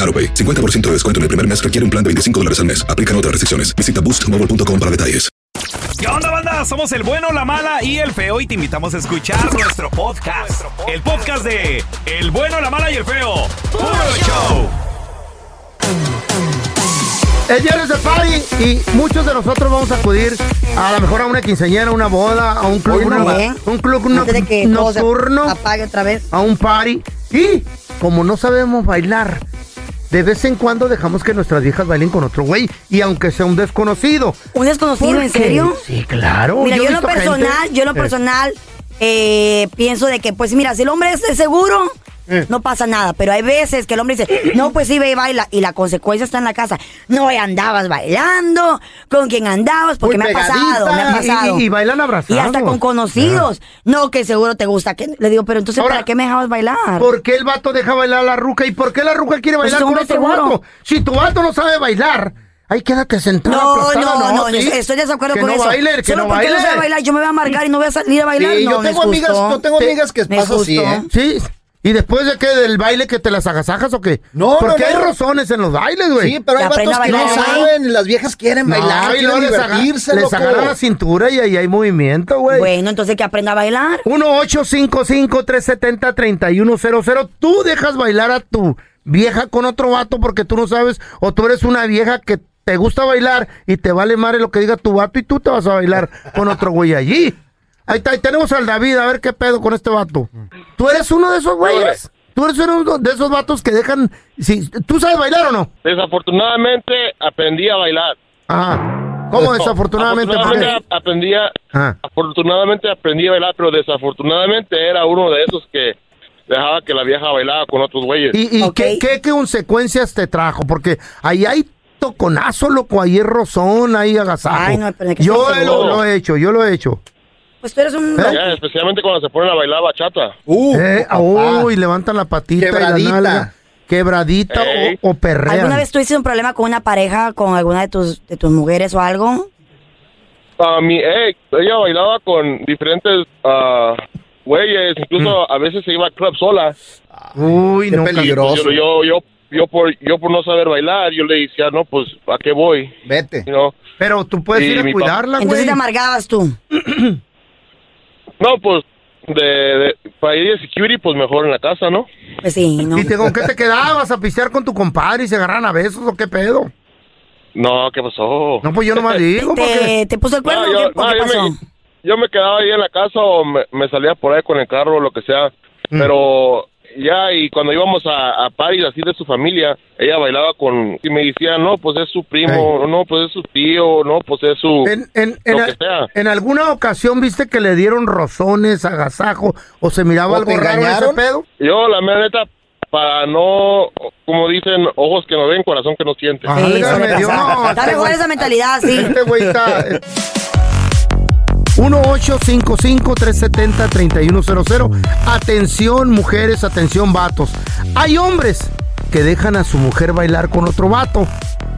AroPay. 50% de descuento en el primer mes requiere un plan de 25 dólares al mes. Aplican otras restricciones. Visita boostmobile.com para detalles. ¿Qué onda, banda? Somos el bueno, la mala y el feo y te invitamos a escuchar nuestro podcast. El podcast de El bueno, la mala y el feo. ¡Puro show! El viernes de party y muchos de nosotros vamos a acudir a lo mejor a una quinceañera, una boda, a un club, Hoy no, una- ¿eh? un club Antes de que todo se nocturno, apague otra vez. a un party. Y como no sabemos bailar, de vez en cuando dejamos que nuestras viejas bailen con otro güey y aunque sea un desconocido. ¿Un desconocido, en Porque- serio? Sí, claro. Mira, yo, he en lo visto gente- personal, yo en lo Eh, personal eh, pienso de que, pues mira, si el hombre es es seguro, Eh. no pasa nada. Pero hay veces que el hombre dice, no, pues sí, ve y baila. Y la consecuencia está en la casa. No, y andabas bailando, con quién andabas, porque Muy me ha pasado, me ha pegadita, pasado. y- y- y bailan abrazados. Y hasta con conocidos. No, que seguro te gusta. ¿Qué? Le digo, pero entonces, Ahora- ¿para qué me dejabas bailar? ¿Por qué el vato deja bailar a la ruca? ¿Y por qué la ruca quiere Ah. Pues bailar con hombre otro seguro. vato? Si tu vato no sabe bailar, ahí quédate sentado. No, no, no, yo estoy de desacuerdo que con no eso. Baile, que Solo no porque baile, no sé bailar, yo me voy a marcar y no voy a salir a bailar. Sí, no, yo no tengo es amigas, justo. yo tengo amigas que No es pasa así, justo. ¿eh? Sí. ¿Y después de qué? ¿Del baile que te las agasajas o qué? No, Porque no, hay no. rozones en los bailes, güey. Sí, pero hay Que vatos aprenda a que no bailar, güey. saben, las viejas quieren bailar, ¿eh? No, y luego quieren les, aga- divertirse, les loco. agarra la cintura y ahí hay movimiento, güey. Bueno, entonces que aprenda a bailar. 1-855-370-3100. Tú dejas bailar a tu vieja con otro vato porque tú no sabes, o tú eres una vieja que te gusta bailar y te vale madre lo que diga tu vato y tú te vas a bailar con otro güey allí. Ahí, está, ahí tenemos al David, a ver qué pedo con este vato. Tú eres uno de esos güeyes. Tú eres uno de esos vatos que dejan. Si, ¿Tú sabes bailar o no? Desafortunadamente aprendí a bailar. Ah, ¿cómo desafortunadamente? ¿Por qué? Afortunadamente, aprendí a, Ah. afortunadamente aprendí a bailar, pero desafortunadamente era uno de esos que dejaba que la vieja bailaba con otros güeyes. ¿Y, y Ok. qué- qué, qué consecuencias te trajo? Porque ahí hay toconazo, loco, ahí es rozón, ahí agasajo. Ay, no, pero hay que yo eh, estar lo, seguro. lo he hecho, yo lo he hecho. Pues tú eres un... ¿Eh? Ya, especialmente cuando se ponen a bailar bachata. Uh, Eh, papá. uy, levantan la patita y Quebradita. la nalga. Quebradita Ey. o, o perrean. ¿Alguna vez tuviste un problema con una pareja, con alguna de tus, de tus mujeres o algo? A mí, eh, ella bailaba con diferentes ah, güeyes, incluso Mm. a veces se iba a club sola. Uy, Qué no. peligroso. Yo, yo, yo, yo por, yo por no saber bailar, yo le decía, no, pues, ¿a qué voy? Vete. No, Pero tú puedes Sí, ir a mi Pues cuidarla, Entonces güey. te amargabas tú. no pues, de, de- para ir de security, pues mejor en la casa, ¿no? Pues sí, ¿no? ¿Y te, con qué te quedabas a pistear con tu compadre y se agarran a besos o qué pedo? No, ¿qué pasó? No, pues yo nomás digo. ¿Te, Porque... te puso el cuerno No, o qué, yo- o no, qué yo me- pasó? Yo me quedaba ahí en la casa o me, me salía por ahí con el carro o lo que sea. Mm. Pero ya, y cuando íbamos a, a parties así de su familia, ella bailaba con... Y me decía, no, pues es su primo, no, pues es su tío, no, pues es su... En, en- Lo en- que sea. en alguna ocasión viste que le dieron rozones, agasajo o se miraba ¿O algo te raro en ese engañaron? pedo. Yo, la mera neta, para no... Como dicen, ojos que no ven, corazón que no siente. Ah. Sí, Válgame suele Dios, pasar. Está este mejor güey. esa mentalidad, sí. Este güey está. 1-855-370-3100. Atención, mujeres, atención, vatos. Hay hombres que dejan a su mujer bailar con otro vato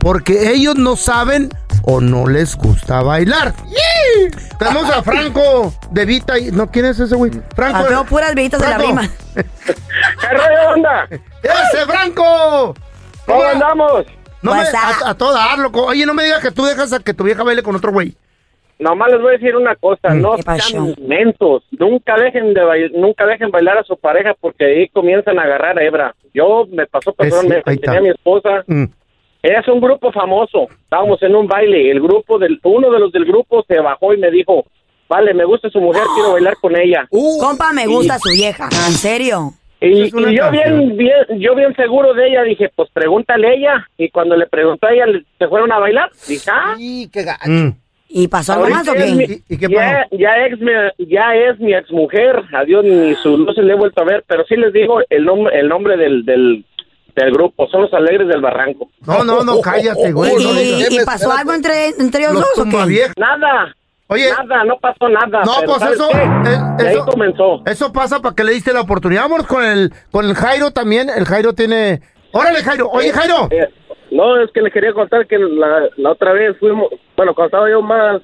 porque ellos no saben o no les gusta bailar. ¡Yee! Tenemos a Franco de Vita. y- ¿No quién es ese güey? Franco. Ah, veo puras viejitas de la Franco. rima. ¿Qué rollo onda? ¡Ese Franco! ¿Cómo andamos? No me- What's up? a, a todo dar, loco. Oye, no me digas que tú dejas a que tu vieja baile con otro güey. Mm. Nomás les voy a decir una cosa, no ¿Qué pasó? sean mentos, nunca dejen de bail- nunca dejen bailar a su pareja porque ahí comienzan a agarrar hebra. Yo me pasó personalmente, ahí está. tenía a mi esposa, Mm. ella es un grupo famoso, estábamos en un baile, el grupo del, uno de los del grupo se bajó y me dijo, vale, me gusta su mujer, quiero bailar con ella. Compa, me gusta su vieja. En serio. Y, Uh, Es una y yo canción. bien, bien, yo bien seguro de ella, dije, pues pregúntale a ella, y cuando le preguntó a ella, ¿se fueron a bailar? Dije, ah, Mm. ¿Y pasó algo más o Ahorita es qué? ¿Y- y qué ya, ya ex, mi- ya es mi exmujer. Adiós, Ah. ni su no se le he vuelto a ver, pero sí les digo el, nom- el nombre del, del, del grupo. Son los Alegres del Barranco. No, no, no, cállate, güey. ¿Y, no y- digas. y pasó algo entre, entre ellos Los dos o qué? tumbaviejas. pues. Nada. Oye. Nada, no pasó nada. No, pero pues ¿sabes eso, qué? eh, De ahí eso- comenzó. Eso pasa para que le diste la oportunidad, amor, con el, con el Jairo también. El Jairo tiene. Órale, Jairo. Oye, Jairo. Eh, no, es que les quería contar que la, la otra vez fuimos, bueno, cuando estaba yo más,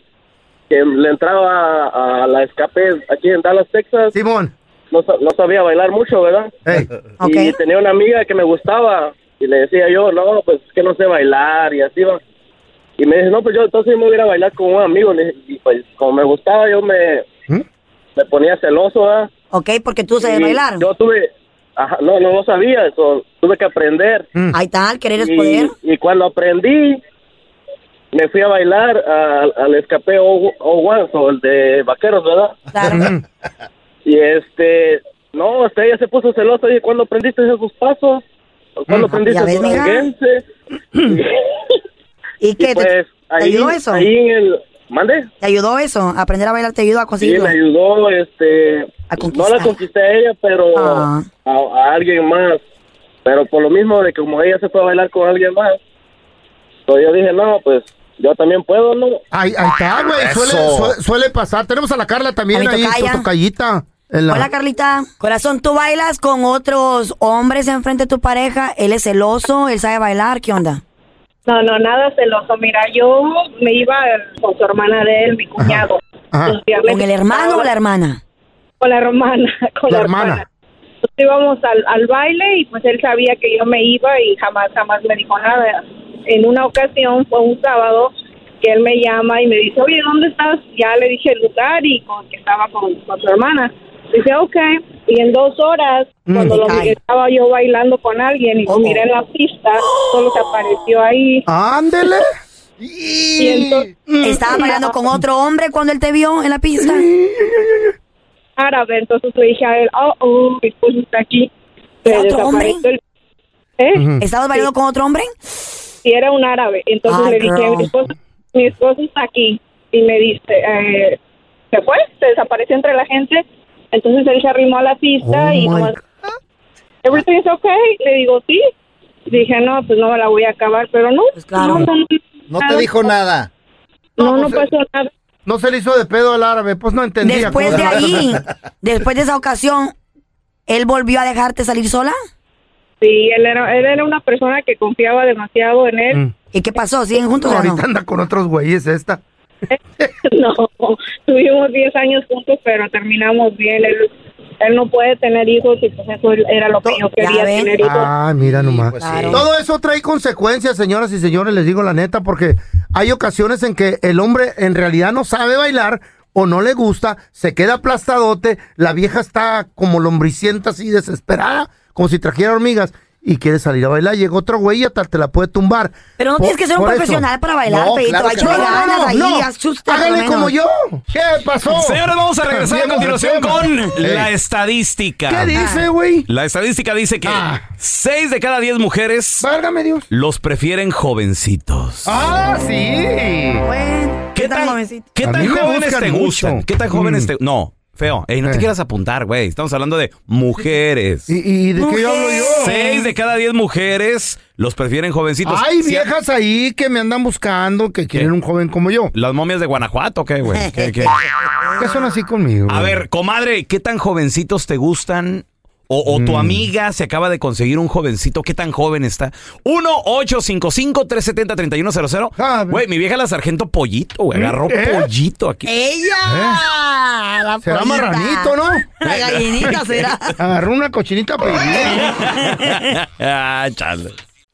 que le entraba a, a la escape aquí en Dallas, Texas, Simón. no, sa- no sabía bailar mucho, ¿verdad? Ey. Ok. Y tenía una amiga que me gustaba y le decía yo, no, pues es que no sé bailar y así va. Y me dice, no, pues yo entonces yo me voy a ir a bailar con un amigo. Le dije, y pues como me gustaba, yo me, ¿Mm? me ponía celoso. ¿ah? Ok, porque tú sabes Y bailar. Yo tuve, ajá, no, no, no sabía eso, tuve que aprender. Mm. Ahí está, el querer es Y, poder. y cuando aprendí, me fui a bailar a- al escape o, o One, o el de vaqueros, ¿verdad? Claro. Y este, no, hasta ella se puso celosa. Oye, ¿cuándo aprendiste esos pasos? ¿Cuándo Mm. aprendiste Ya ves, esos mija. merenguenses? ¿Y Y qué? ¿Te- pues, ¿Te ahí, ayudó eso? ahí en el... ¿Mande? ¿Te ayudó eso? ¿Aprender a bailar te ayudó a Sí, conseguirlo? me ayudó, este... A no la conquistar. conquisté a ella, pero Ah. a, a alguien más. Pero por lo mismo de que como ella se fue a bailar con alguien más, pues yo dije, no, pues yo también puedo, ¿no? Ahí, ahí está, güey. Suele, suele, suele pasar. Tenemos a la Carla también A mi ahí, tocaya. tu tocallita. en la- Hola Carlita, corazón, tú bailas con otros hombres enfrente de tu pareja, él es celoso, él sabe bailar, ¿qué onda? No, no, nada celoso. Mira, yo me iba con su hermana de él, mi cuñado. Ajá. Entonces, ya me ¿Con el hermano o la hermana? Con la hermana. Con La la, hermana. hermana. Entonces íbamos al, al baile y pues él sabía que yo me iba y jamás, jamás me dijo nada. En una ocasión, fue un sábado, que él me llama y me dice, oye, ¿dónde estás? Ya le dije el lugar y con que estaba con, con su hermana. Dice, ok. Y en dos horas, Mm. cuando lo Ay. miré, estaba yo bailando con alguien y lo Oh. ¿Cómo? miré en la pista, solo se apareció ahí. Ándele. Y entonces, ¿Estaba bailando con otro hombre cuando él te vio en la pista? árabe, entonces le dije a él, oh, oh, mi esposo está aquí. Se ¿Era otro hombre? desapareció el- ¿Eh? ¿Estabas bailando con otro hombre? Si era un árabe. Entonces Ay, le dije, girl. mi esposo, mi esposo está aquí. Y me dice, eh, se fue, se desapareció entre la gente. Entonces él se arrimó a la pista Oh, y my como, God. everything is okay. Le digo, sí. Dije, no, pues no me la voy a acabar, pero no. Pues no, claro. no, no, nada. nada. No, No, no pues, pasó nada. No se le hizo de pedo al árabe. Pues no entendía. Después cómo de era. ahí, después de esa ocasión, ¿él volvió a dejarte salir sola? Sí, él era, él era una persona que confiaba demasiado en él. Mm. ¿Y qué pasó? ¿Siguen juntos o no? Ahorita anda con otros güeyes esta. No, tuvimos 10 años juntos, pero terminamos bien. Él, él no puede tener hijos y pues eso era lo que yo Ya quería ven. tener hijos. Ah, mira nomás. Pues Claro. Todo eso trae consecuencias, señoras y señores, les digo la neta, porque hay ocasiones en que el hombre en realidad no sabe bailar o no le gusta, se queda aplastadote, la vieja está como lombricienta así desesperada, como si trajera hormigas y quiere salir a bailar, llega otro güey y hasta te la puede tumbar. Pero no Por- tienes que ser un por eso. profesional para bailar, No, Feito. claro que Échale No, no, no, ganas ahí, no. haz sus- por Hágale lo como menos. yo. ¿Qué pasó? Señores, vamos a regresar a Cambiemos de continuación tema. con Ey, Ah, la estadística. ¿Qué dice, güey? La estadística dice que Ah. 6 de cada 10 mujeres Válgame Dios. los prefieren jovencitos. Ah, sí. Bueno, ¿qué tan jovencito? ¿Qué A tan mí me jóvenes buscan te mucho. gustan? ¿Qué tan jóvenes Mm. te No, feo. Ey, no Eh. te quieras apuntar, güey. Estamos hablando de mujeres. ¿Y, y de qué hablo yo? Seis de cada diez mujeres los prefieren jovencitos. Hay Si- viejas ahí que me andan buscando, que quieren ¿Qué? un joven como yo. ¿Las momias de Guanajuato qué, güey? ¿Qué, qué? ¿Qué son así conmigo? A ver, comadre, ¿qué tan jovencitos te gustan? O, o Mm. tu amiga se acaba de conseguir un jovencito. ¿Qué tan joven está? 1-855-370-3100. Güey, mi vieja la sargento pollito, güey. Agarró Ah, ¿Eh? pollito aquí. ¡Ella! La Será pollita. marranito, ¿no? La gallinita será. Agarró una cochinita prohibida. ah, chale.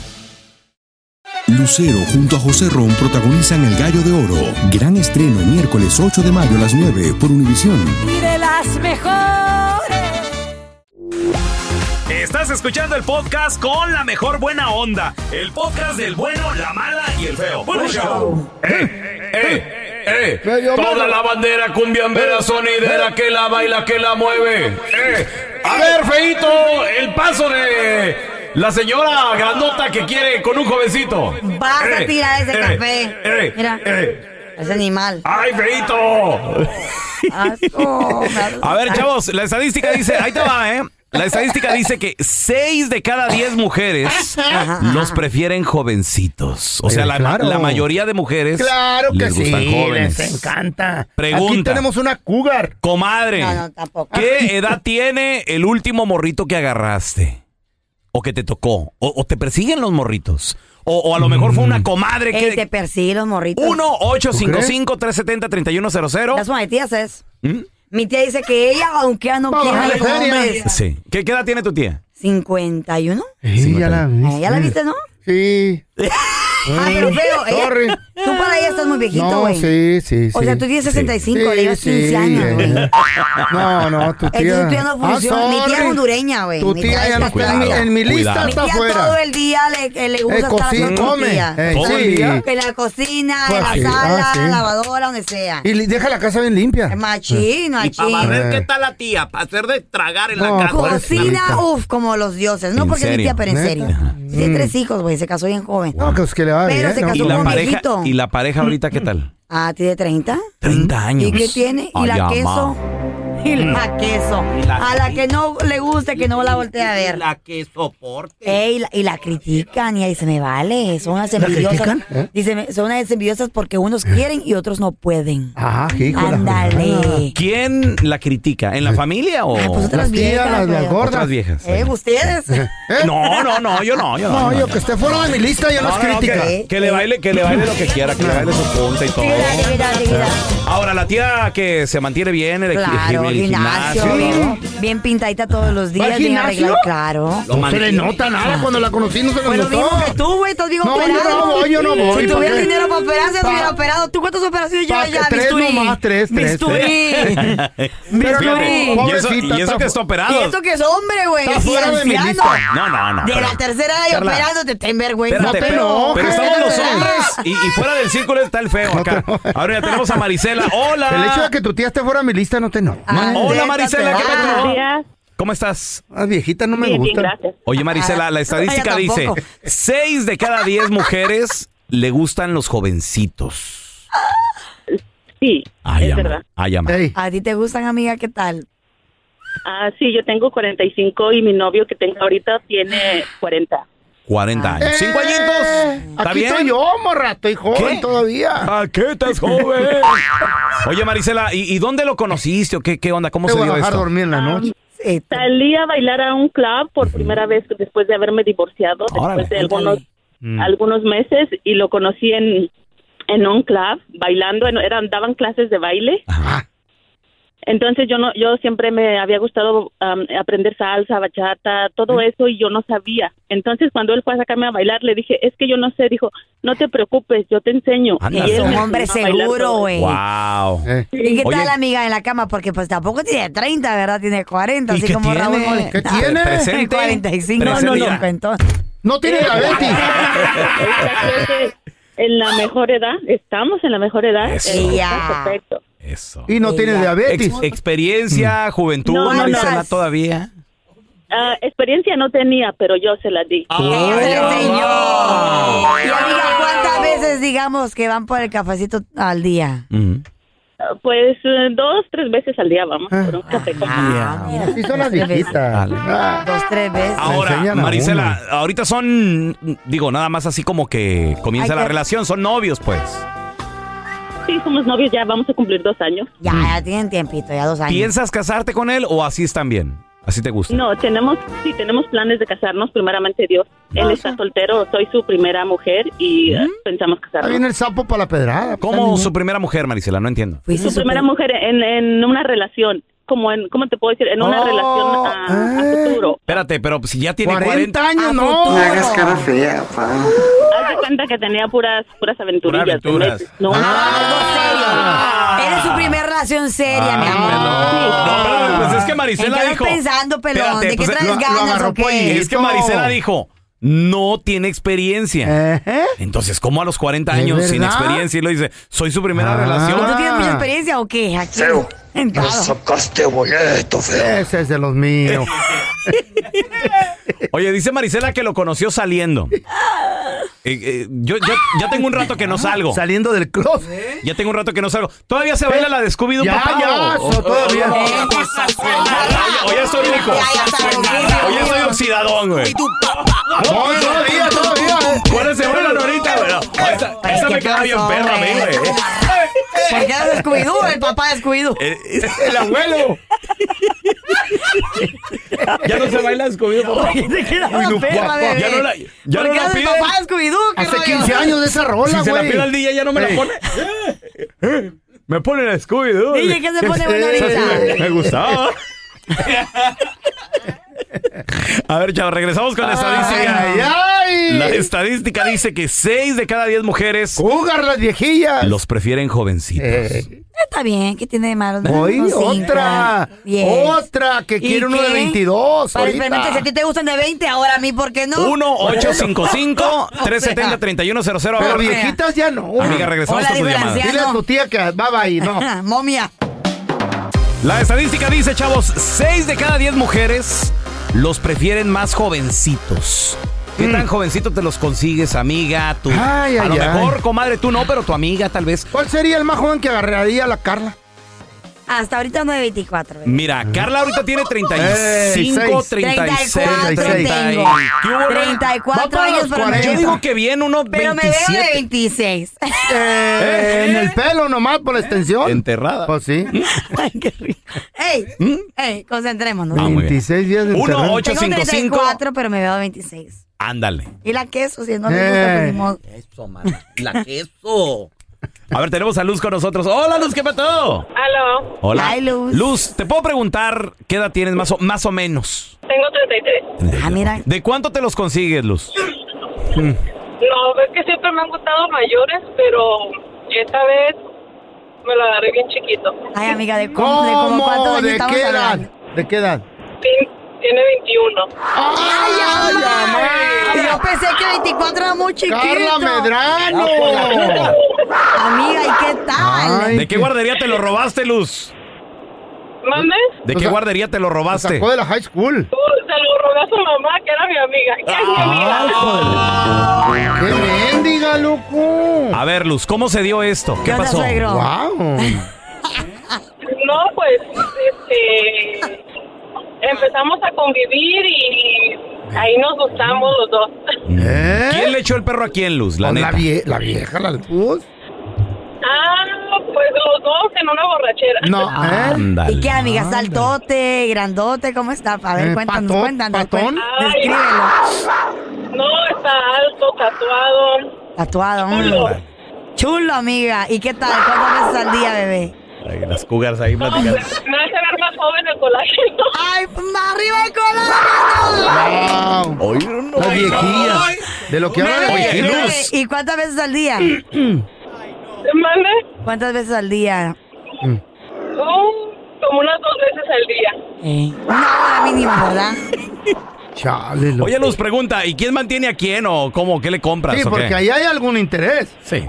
Lucero junto a José Ron protagonizan El Gallo de Oro. Gran estreno miércoles 8 de mayo a las 9 por Univisión. Y de las mejores. Estás escuchando el podcast con la mejor buena onda. El podcast del bueno, la mala y el feo. Bueno, show. ¡Eh! ¡Eh! Toda la bandera cumbiambera sonidera que la baila, que la mueve. ¡Eh! A ver, feito, el paso de la señora grandota que quiere con un jovencito. Mm. Vas a Eh, tirar ese eh, café. eh, Mira, eh. ese animal. ¡Ay, feito! Oh, Asco, me haces- A ver, chavos, la estadística dice, ahí te va, ¿eh? La estadística dice que 6 de cada 10 mujeres Ajá, los prefieren jovencitos. O Eh, sea, la, claro. la mayoría de mujeres Claro que les gustan sí, jóvenes. les encanta. Aquí Pregunta. tenemos una cougar. Comadre, No, no, tampoco. ¿qué edad tiene el último morrito que agarraste? ¿O que te tocó? ¿O, o te persiguen los morritos? ¿O, o a lo mejor fue Mm. una comadre Ey, que... te persigue los morritos. 1-855-370-3100. Las una de tías es. ¿Mm? Mi tía dice que ella, aunque ya no quiera los hombres. Sí. ¿Qué, qué edad tiene tu tía? 51. Sí, ya la Ah, ¿Ya la viste, no? Sí. Ah, pero feo. ella- Sorry. tú para ella estás muy viejito, No, güey. sí, sí, O sí. sea, tú tienes 65, Sí, le llevas sí, 15 años, güey. eh. No, no, tu tía. Entonces tu tía no Ah, funciona. Mi tía es sorry. hondureña, güey. Tu Mi tía ya no es está en mi, hondureña. en mi lista, Cuidado. está Mi tía todo afuera. el día le, le Eh, gusta estar cocina, con su come. tía. Eh, Todo el sí. día. En la cocina, en la Pues sí, ah, sala, en sí. la lavadora, donde sea. Y le- deja la casa bien limpia. Machín, machín. barrer, ¿qué tal la tía? Para hacer de tragar en la No, casa. pobre Cocina, señorita. uff, como los dioses. No pues, ¿En porque es mi serio? tía, pero en ¿Neta? Mm. serio. Tiene tres hijos, güey. Se casó bien joven. No, que, es que le va Pero bien. se ¿no? casó ¿Y la, como pareja, viejito. ¿Mm? ¿Y la pareja ahorita qué tal? Ah, tiene 30. 30 años. Mm. ¿Y qué tiene? ¿Y la queso? ama. Y la queso. A la que no le guste, que no la voltee a ver. La que soporte. Ey, y la- y la critican y ahí se me vale. Son unas ¿La envidiosas. critican? ¿Eh? Dice, me- son unas envidiosas porque unos quieren y otros no pueden. Ah, hijo. de la fregada. Ándale. Eh, Ah, pues ¿Quién la critica? ¿En la familia o...? Las tías, las, las gordas. Otras viejas. Eh, ustedes. No, no, no, yo no, yo no. No, yo que esté fuera de mi lista, yo No, las no, no, críticas. que, que le baile, que le baile lo que quiera, que le baile su punta y todo. Ahora, la tía que se mantiene bien, el, equi- Claro, el gimnasio, bien, bien pintadita todos los ¿Va días, al bien gimnasio? arreglada, claro. No se le nota nada, cuando la conocí no se le Pues lo notó. mismo que tú, güey, estás bien No, yo operado. no voy, yo no voy, Si ¿pa' tuviera qué? dinero para operarse, Pa- te hubiera operado. ¿Tú cuántas operaciones pa' ya, que ya, tres bisturí? nomás, tres, tres, pues, Bisturí. tres. Pero fíjate, Bisturí. y eso- y eso que está Y operado. eso que es hombre, güey. Está y fuera de mi anciano. lista. No, no, no, De pero- la tercera edad y Carla, operándote, ten vergüenza. Espérate, pero, pero estamos los hombres y, y fuera del círculo está el feo acá. Ahora ya tenemos a Marisela. Hola. El hecho de que tu tía esté fuera de mi lista no te no. Ah, Hola Marisela, ¿qué Buenos tal? ¿Cómo estás? Ah, viejita, no me Bien, bien, gusta. gracias. Oye Ah, Marisela, la estadística Ella dice, tampoco. 6 de cada 10 mujeres le gustan los jovencitos. Sí, Ay, es ama, verdad. ay, ama. ¿A ti te gustan, amiga? ¿Qué tal? Ah, sí, yo tengo 45 y mi novio que tengo ahorita tiene 40. 40 años. Cinco años. ¿Está Aquí bien? estoy yo, morra, estoy joven todavía. ¿A qué estás joven? Oye Marisela, ¿y, y dónde lo conociste o qué, qué onda? ¿Cómo Te se voy a dio dejar esto? dormir en la noche. Salí a bailar a un club por primera vez después de haberme divorciado, después de algunos, algunos meses, y lo conocí en, en un club, bailando, en- eran, daban clases de baile. Entonces yo no, yo siempre me había gustado am, aprender salsa, bachata, todo eso y yo no sabía. Entonces cuando él fue a sacarme a bailar le dije es que yo no sé, dijo no te preocupes, yo te enseño. Ándale. Y él Es un me hombre enseñó a bailar seguro, todo. güey. Wow. Eh, ¿Y qué Oye, tal, amiga, en la cama? Porque pues tampoco tiene 30, ¿verdad? Tiene 40, ¿Y así qué como tiene? Raúl Molina. ¿Qué tiene? Presente. 45, no, no, Presente ya. nunca, entonces. No tiene Creo que en la mejor edad, estamos en la mejor edad. Eso. eh, Ya. está perfecto. Y no tiene diabetes. Ex- experiencia, juventud, No, no, no. Marisela, todavía. Ah, experiencia no tenía, pero yo se la Ah, di. Y amiga, ¿cuántas veces digamos que van por el cafecito al día? Ah, Pues eh, dos, tres veces al día vamos por Ah. un café con Así son las viejitas. Dos, tres veces. Ah. Ahora, Marisela, ahorita son, digo, nada más así como que comienza Ay, la qué- relación, son novios, pues. Sí, somos novios, ya vamos a cumplir dos años. Ya, ya tienen tiempito, ya dos años. ¿Piensas casarte con él o así están bien? ¿Así te gusta? No, tenemos, sí, tenemos planes de casarnos, primeramente Dios. Él está soltero, soy su primera mujer y eh, pensamos casarnos. el sapo para la pedrada. ¿Cómo su primera mujer, Marisela? No entiendo. Su primera mujer en, en una relación, como en, ¿cómo te puedo decir? En una Oh, relación a, a futuro. Espérate, pero si ya tiene 40, 40 años, no. Me hagas cara fea, Haz de cuenta que tenía puras, puras aventurillas. de aventuras. meses. No, Ah. Eres su primera relación seria, mi amor. Ah, Ah. No, pero, pues es que Marisela ¿En qué dijo. estás pensando, pelón? Espérate, ¿De qué pues, traes lo- lo ganas agarró o qué? pollito. Es que Marisela dijo, no tiene experiencia. Entonces, ¿cómo a los 40 años sin verdad? experiencia? Y lo dice, soy su primera ¿Y relación. Ah. ¿Tú tienes mucha experiencia o qué? Aquí. Sentado. sacaste boleto, Ese es de los míos. Oye, dice Marisela que lo conoció saliendo. Eh, eh, yo, yo- ya tengo un rato que no salgo. Saliendo del closet. Ya tengo un rato que no salgo. ¿Todavía se ¿Eh? baila la de Scooby-Doo, Ya, papá? ya, o- Oh. eso o- todavía. o- o- o- o ya estoy rico. O ya estoy oxidadón, güey. No, todavía, todavía. eh. ¿Cuáles se bailan ahorita, güey? No, Esa, esa me queda bien perra, a mí, eh. güey. ¿Por qué eres Scooby-Doo? El papá de Scooby-Doo. El abuelo. Ya no se baila Scooby-Doo, papá. Oye, te queda Uy, la no, perra, papá. bebé. Ya no la- ya ¿Por no qué eres la el piden. papá de Scooby-Doo? ¿Qué Hace rollo? 15 años de esa rola, Si se la güey. Eh, pido al DJ, ya no me la Ey. pone. Me pone la Scooby-Doo. DJ, ¿qué se pone bueno ahorita? Me gustaba. A ver, chavos, regresamos con la estadística. Ay, ay. La estadística dice que 6 de cada 10 mujeres Jugar las viejillas. Eh, los prefieren jovencitos. Ah, Está bien, ¿qué tiene de malo? Hoy Unos cinco, otra. diez. Otra que ¿Y quiere uno de qué? 22. Para ahorita. experimentar, si a ti te gustan de 20, ahora a mí, ¿por qué no? 1-855-370-3100. Pero A ver, viejitas ya no. Amiga, regresamos Hola, con tu llamada. Dile a tu tía que va va ahí, no. Momia. La estadística dice, chavos, 6 de cada 10 mujeres los prefieren más jovencitos. ¿Qué tan jovencito te los consigues, amiga? Tú. Mm. Ay, a ay, lo ay. mejor, comadre, tú no, pero tu amiga tal vez. ¿Cuál sería el más joven que agarraría la Carla? Hasta ahorita 924. ¿verdad? Mira, Carla ahorita tiene 35, Ey, seis. 36, 34 tengo. ¿Qué hubo, Rey? 34 Va para años, los pero me 40. Yo veo- digo que bien, unos Pero me 27. veo de 26. Eh, En el pelo nomás, por la extensión. Enterrada. ¿Mm? Pues sí. ¡Ey! ¡Ey! Concentrémonos. Ah, muy bien. 26 días de ¿Mm? Uno, enterrado. ocho, Tengo 34, pero me veo de 26. Ándale. Y la queso, si no me gusta, pues Eh. ni modo. La queso. A ver, tenemos a Luz con nosotros. Hola, Luz, ¿qué pasó? Aló. Hola. Ay, Luz. Luz, te puedo preguntar qué edad tienes más o, más o menos. Tengo 33. Ah, mira. ¿De cuánto te los consigues, Luz? No, es que siempre me han gustado mayores, pero esta vez me lo agarré bien chiquito. Ay, amiga, ¿de cómo? ¿De ¿Cómo? cómo cuántos años ¿De estamos qué edad? hablando? ¿De qué edad? Ti- Tiene 21. ¡Ay, Ay, Yo pensé que 24 era muy chiquito. Carla Ah, Medrano. pues Amiga, ¿y qué tal? ¿De qué guardería te lo robaste, Luz? ¿Mande? ¿De qué guardería te lo robaste? Sacó de la high school. Uh, se lo robé a su mamá, que era mi amiga. ¿Qué es mi amiga? ¡Qué Ah, mendiga, loco! A ver, Luz, ¿cómo se dio esto? ¿Qué, ¿Qué onda, pasó? suegro? Guau. No, pues, este... Empezamos a convivir y ahí nos gustamos los dos. ¿Quién le echó el perro a quién, Luz? La, neta. la vieja, la Luz. Ah, pues los dos en una borrachera. Ándale. Ah, ¿Y qué, amiga? ¿Saltote? ¿Grandote? ¿Cómo está? A ver, Eh, cuéntanos, patón, cuéntanos. pues, patón. cuéntanos. Ay. Descríbelo. No, está alto, tatuado. Tatuado. mm. Chulo. Chulo, amiga. ¿Y qué tal? ¿Cuántas veces al día, bebé? Ay, las cougars ahí platicando. pues, Me hace ver más joven el colágeno. ¡Ay, más arriba el colágeno! Oye, Las viejillas. De lo que habla la Bebé, viejilla. bebé, ¿Y cuántas veces al día? ¿Mande? ¿Cuántas veces al día? Oh, como unas dos veces al día. Una hora mínima, ¿verdad? Chale, loco. Oye, Luz, pregunta, ¿y quién mantiene a quién o cómo? ¿Qué le compras? Sí, o porque qué? ahí hay algún interés. Sí.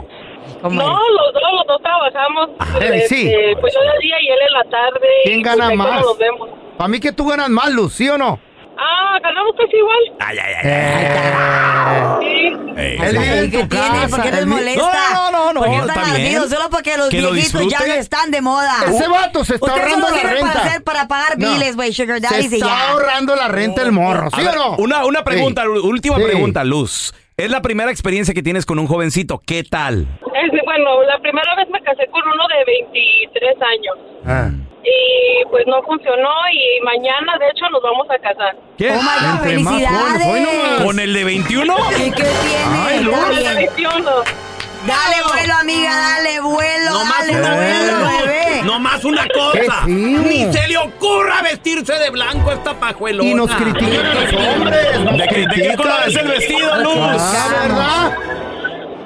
No, los dos, los dos trabajamos. eh, este, sí. pues yo de día y él en la tarde. ¿Quién y, gana pues, ahí cuando más? Nos vemos. Para mí que tú ganas más, Luz, ¿sí o no? Ah, ganamos casi igual. Ay, ay, ay. Eh. Sí. Él vive en tu Tiene, ¿Por qué casa. les él vi- molesta? No, no, no, no. ¿Por qué están ardidos? Solo porque los viejitos ya no están de moda. Ese vato se está Ustedes ahorrando solo la sirven Para, renta. hacer- para pagar No. biles, güey, sugar Se daddies y está ya. ahorrando la renta el morro, A ¿sí ver, o no? Una, una pregunta, Sí. última Sí. pregunta, Luz. Es la primera experiencia que tienes con un jovencito. ¿Qué tal? Es- este, bueno, la primera vez me casé con uno de 23 años. Y pues no funcionó y mañana, de hecho, nos vamos a casar. ¿Qué? Oh, my God, Entre más felicidades. jóvenes, hoy nomás. ¿Con el de 21? ¿Y qué tiene? Ay, Luz. Está bien. Dale Bravo. vuelo, amiga, dale vuelo, Ah, No más dale una vuelo, vez, bebé. No más una Qué cosa. feo. Ni se le ocurra vestirse de blanco a esta pajuelona. Y nos critican a los hombres. nos ¿De qué- de qué critican. color es el vestido, Luz? Ah, ¿verdad?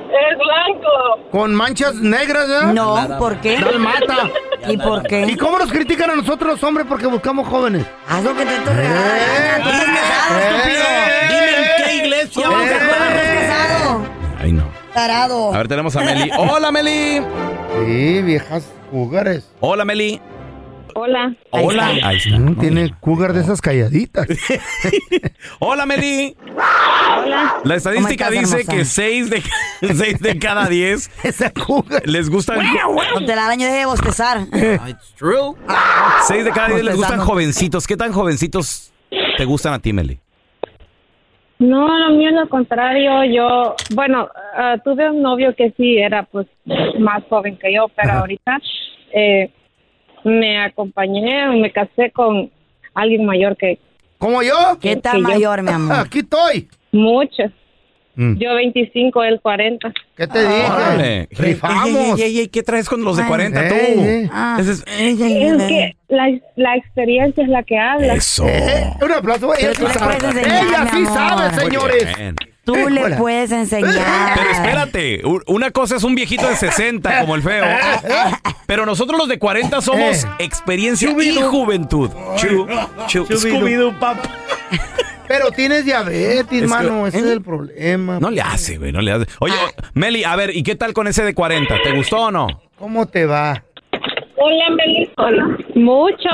Es blanco. Con manchas negras, ¿verdad? No, ¿por qué? Dalmata. ¿Y por qué? ¿Y cómo nos critican a nosotros los hombres porque buscamos jóvenes? Haz lo que te toque. Dime en qué iglesia vas a estar. Casado, Ay, no. tarado. A ver, tenemos a Meli. ¡Hola, Meli! Eh, Sí, viejas jugares. Hola, Meli. Hola. Hola. Ahí está. Mm, tiene cougar de esas calladitas. Hola, Meli. Hola. La estadística ¿Cómo estás, dice que hermosa? 6 de, seis de cada 10 les gustan. Te la daño de bostezar. True. 6 de cada 10 les gustan Bostezando. jovencitos. ¿Qué tan jovencitos te gustan a ti, Meli? No, lo mío es lo contrario. Yo, bueno, ah, tuve un novio que sí era pues más joven que yo, pero ahorita eh, me acompañé, me casé con alguien mayor que. ¿Como yo? ¿Qué tan mayor, mi amor? Aquí estoy. Mucho. Mm. Yo 25, él 40. ¿Qué te dije? Órale. Rifamos. Ey, ey, ey, ey, ¿Qué traes con los de Ay, 40 tú? ey, ey. Ah. Ese es- Es que la, la experiencia es la que habla. Eso. Eh, Un aplauso. Ella Pero sí tú Pues, le sabe. puedes enseñar, Ella mi sí amor. sabe, Muy señores. bien. Tú le Hola. puedes enseñar. Pero espérate, u- una cosa es un viejito de 60 como el feo, pero nosotros los de 40 Eh. somos experiencia y juventud. Chu, chu, Scooby-Doo. Pero tienes diabetes, Es mano. que- ¿Eh? Ese es el problema. No le hace, güey, no le hace. Oye, Meli, a ver, ¿y qué tal con ese de 40? ¿Te gustó o no? ¿Cómo te va? Hola, Meli. Mucho.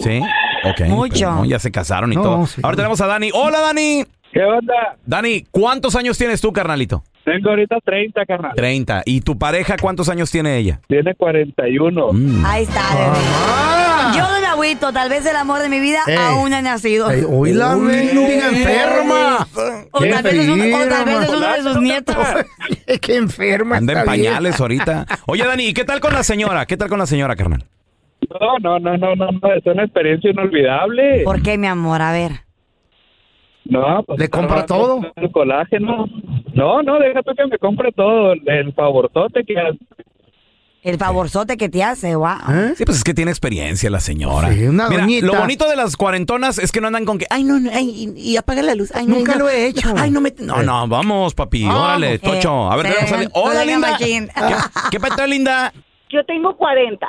Sí. Ok. Mucho. pero no, ya se casaron y No, todo. sí. Ahora tenemos a Dani. Hola, Dani. ¿Qué onda? Dani, ¿cuántos años tienes tú, carnalito? Tengo ahorita 30, carnal. 30. ¿Y tu pareja cuántos años tiene ella? Mm. Tiene 41. Ahí está, bebé. Yo no me agüito, tal vez el amor de mi vida Ey. aún no ha nacido. Ey, hoy la mendiga enferma. O Qué tal, vez es uno, o tal vez es uno enferma. de sus nietos. Qué enferma. Anda en esta vieja. pañales ahorita. Oye, Dani, ¿y qué tal con la señora? ¿Qué tal con la señora, carnal? No, no, no, no, no, no, es una experiencia inolvidable. ¿Por qué, mi amor? A ver. No, pues, ¿Le compra no, no, no, El colágeno. No, no, déjate que me compre todo. El, el favorzote que hace. El favorzote que te hace, wow. Sí, pues es que tiene experiencia la señora. una Mira, doñita. lo bonito de las cuarentonas es que no andan con que, ay, no, no, ay, y, y apaga la luz. Ay, no, Nunca no. lo he hecho. Ay, no me... No, no, vamos, papi. Vamos. Órale, Eh, tocho. A ver, se tenemos a- dejan- Hola, se dejan linda. machín. ¿Qué- ¿Qué pasa, linda? Yo tengo 40.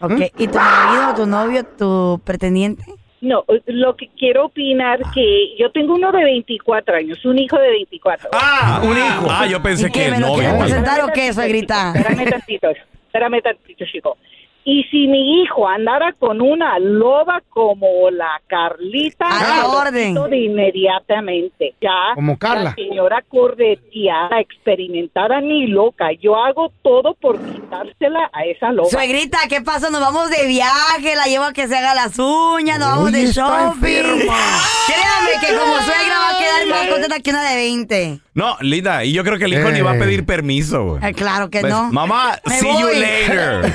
Ok, ¿y tu marido, tu novio, tu pretendiente? No, lo que quiero opinar que yo tengo uno de 24 años, un hijo de 24. Ah, un hijo. Ah, yo pensé que el ¿Me lo novio. quieres güey. presentar o qué, grita? Espérame tantito, espérame tantito, chico. Y si mi hijo andara con una loba como la Carlita, A la lo orden. quito De inmediatamente. Ya. Como Carla. La señora correteada, la experimentada ni loca. Yo hago todo por quitársela a esa loba. Suegrita, ¿qué pasa? Nos vamos de viaje, la llevo a que se haga las uñas, nos vamos Oye, de está shopping. Créame que como suegra va a quedar más contenta que una de 20. No, linda, y yo creo que el hijo ni va a pedir permiso, güey. Eh, claro que ¿Ves? no. Mamá, Me see voy. you later.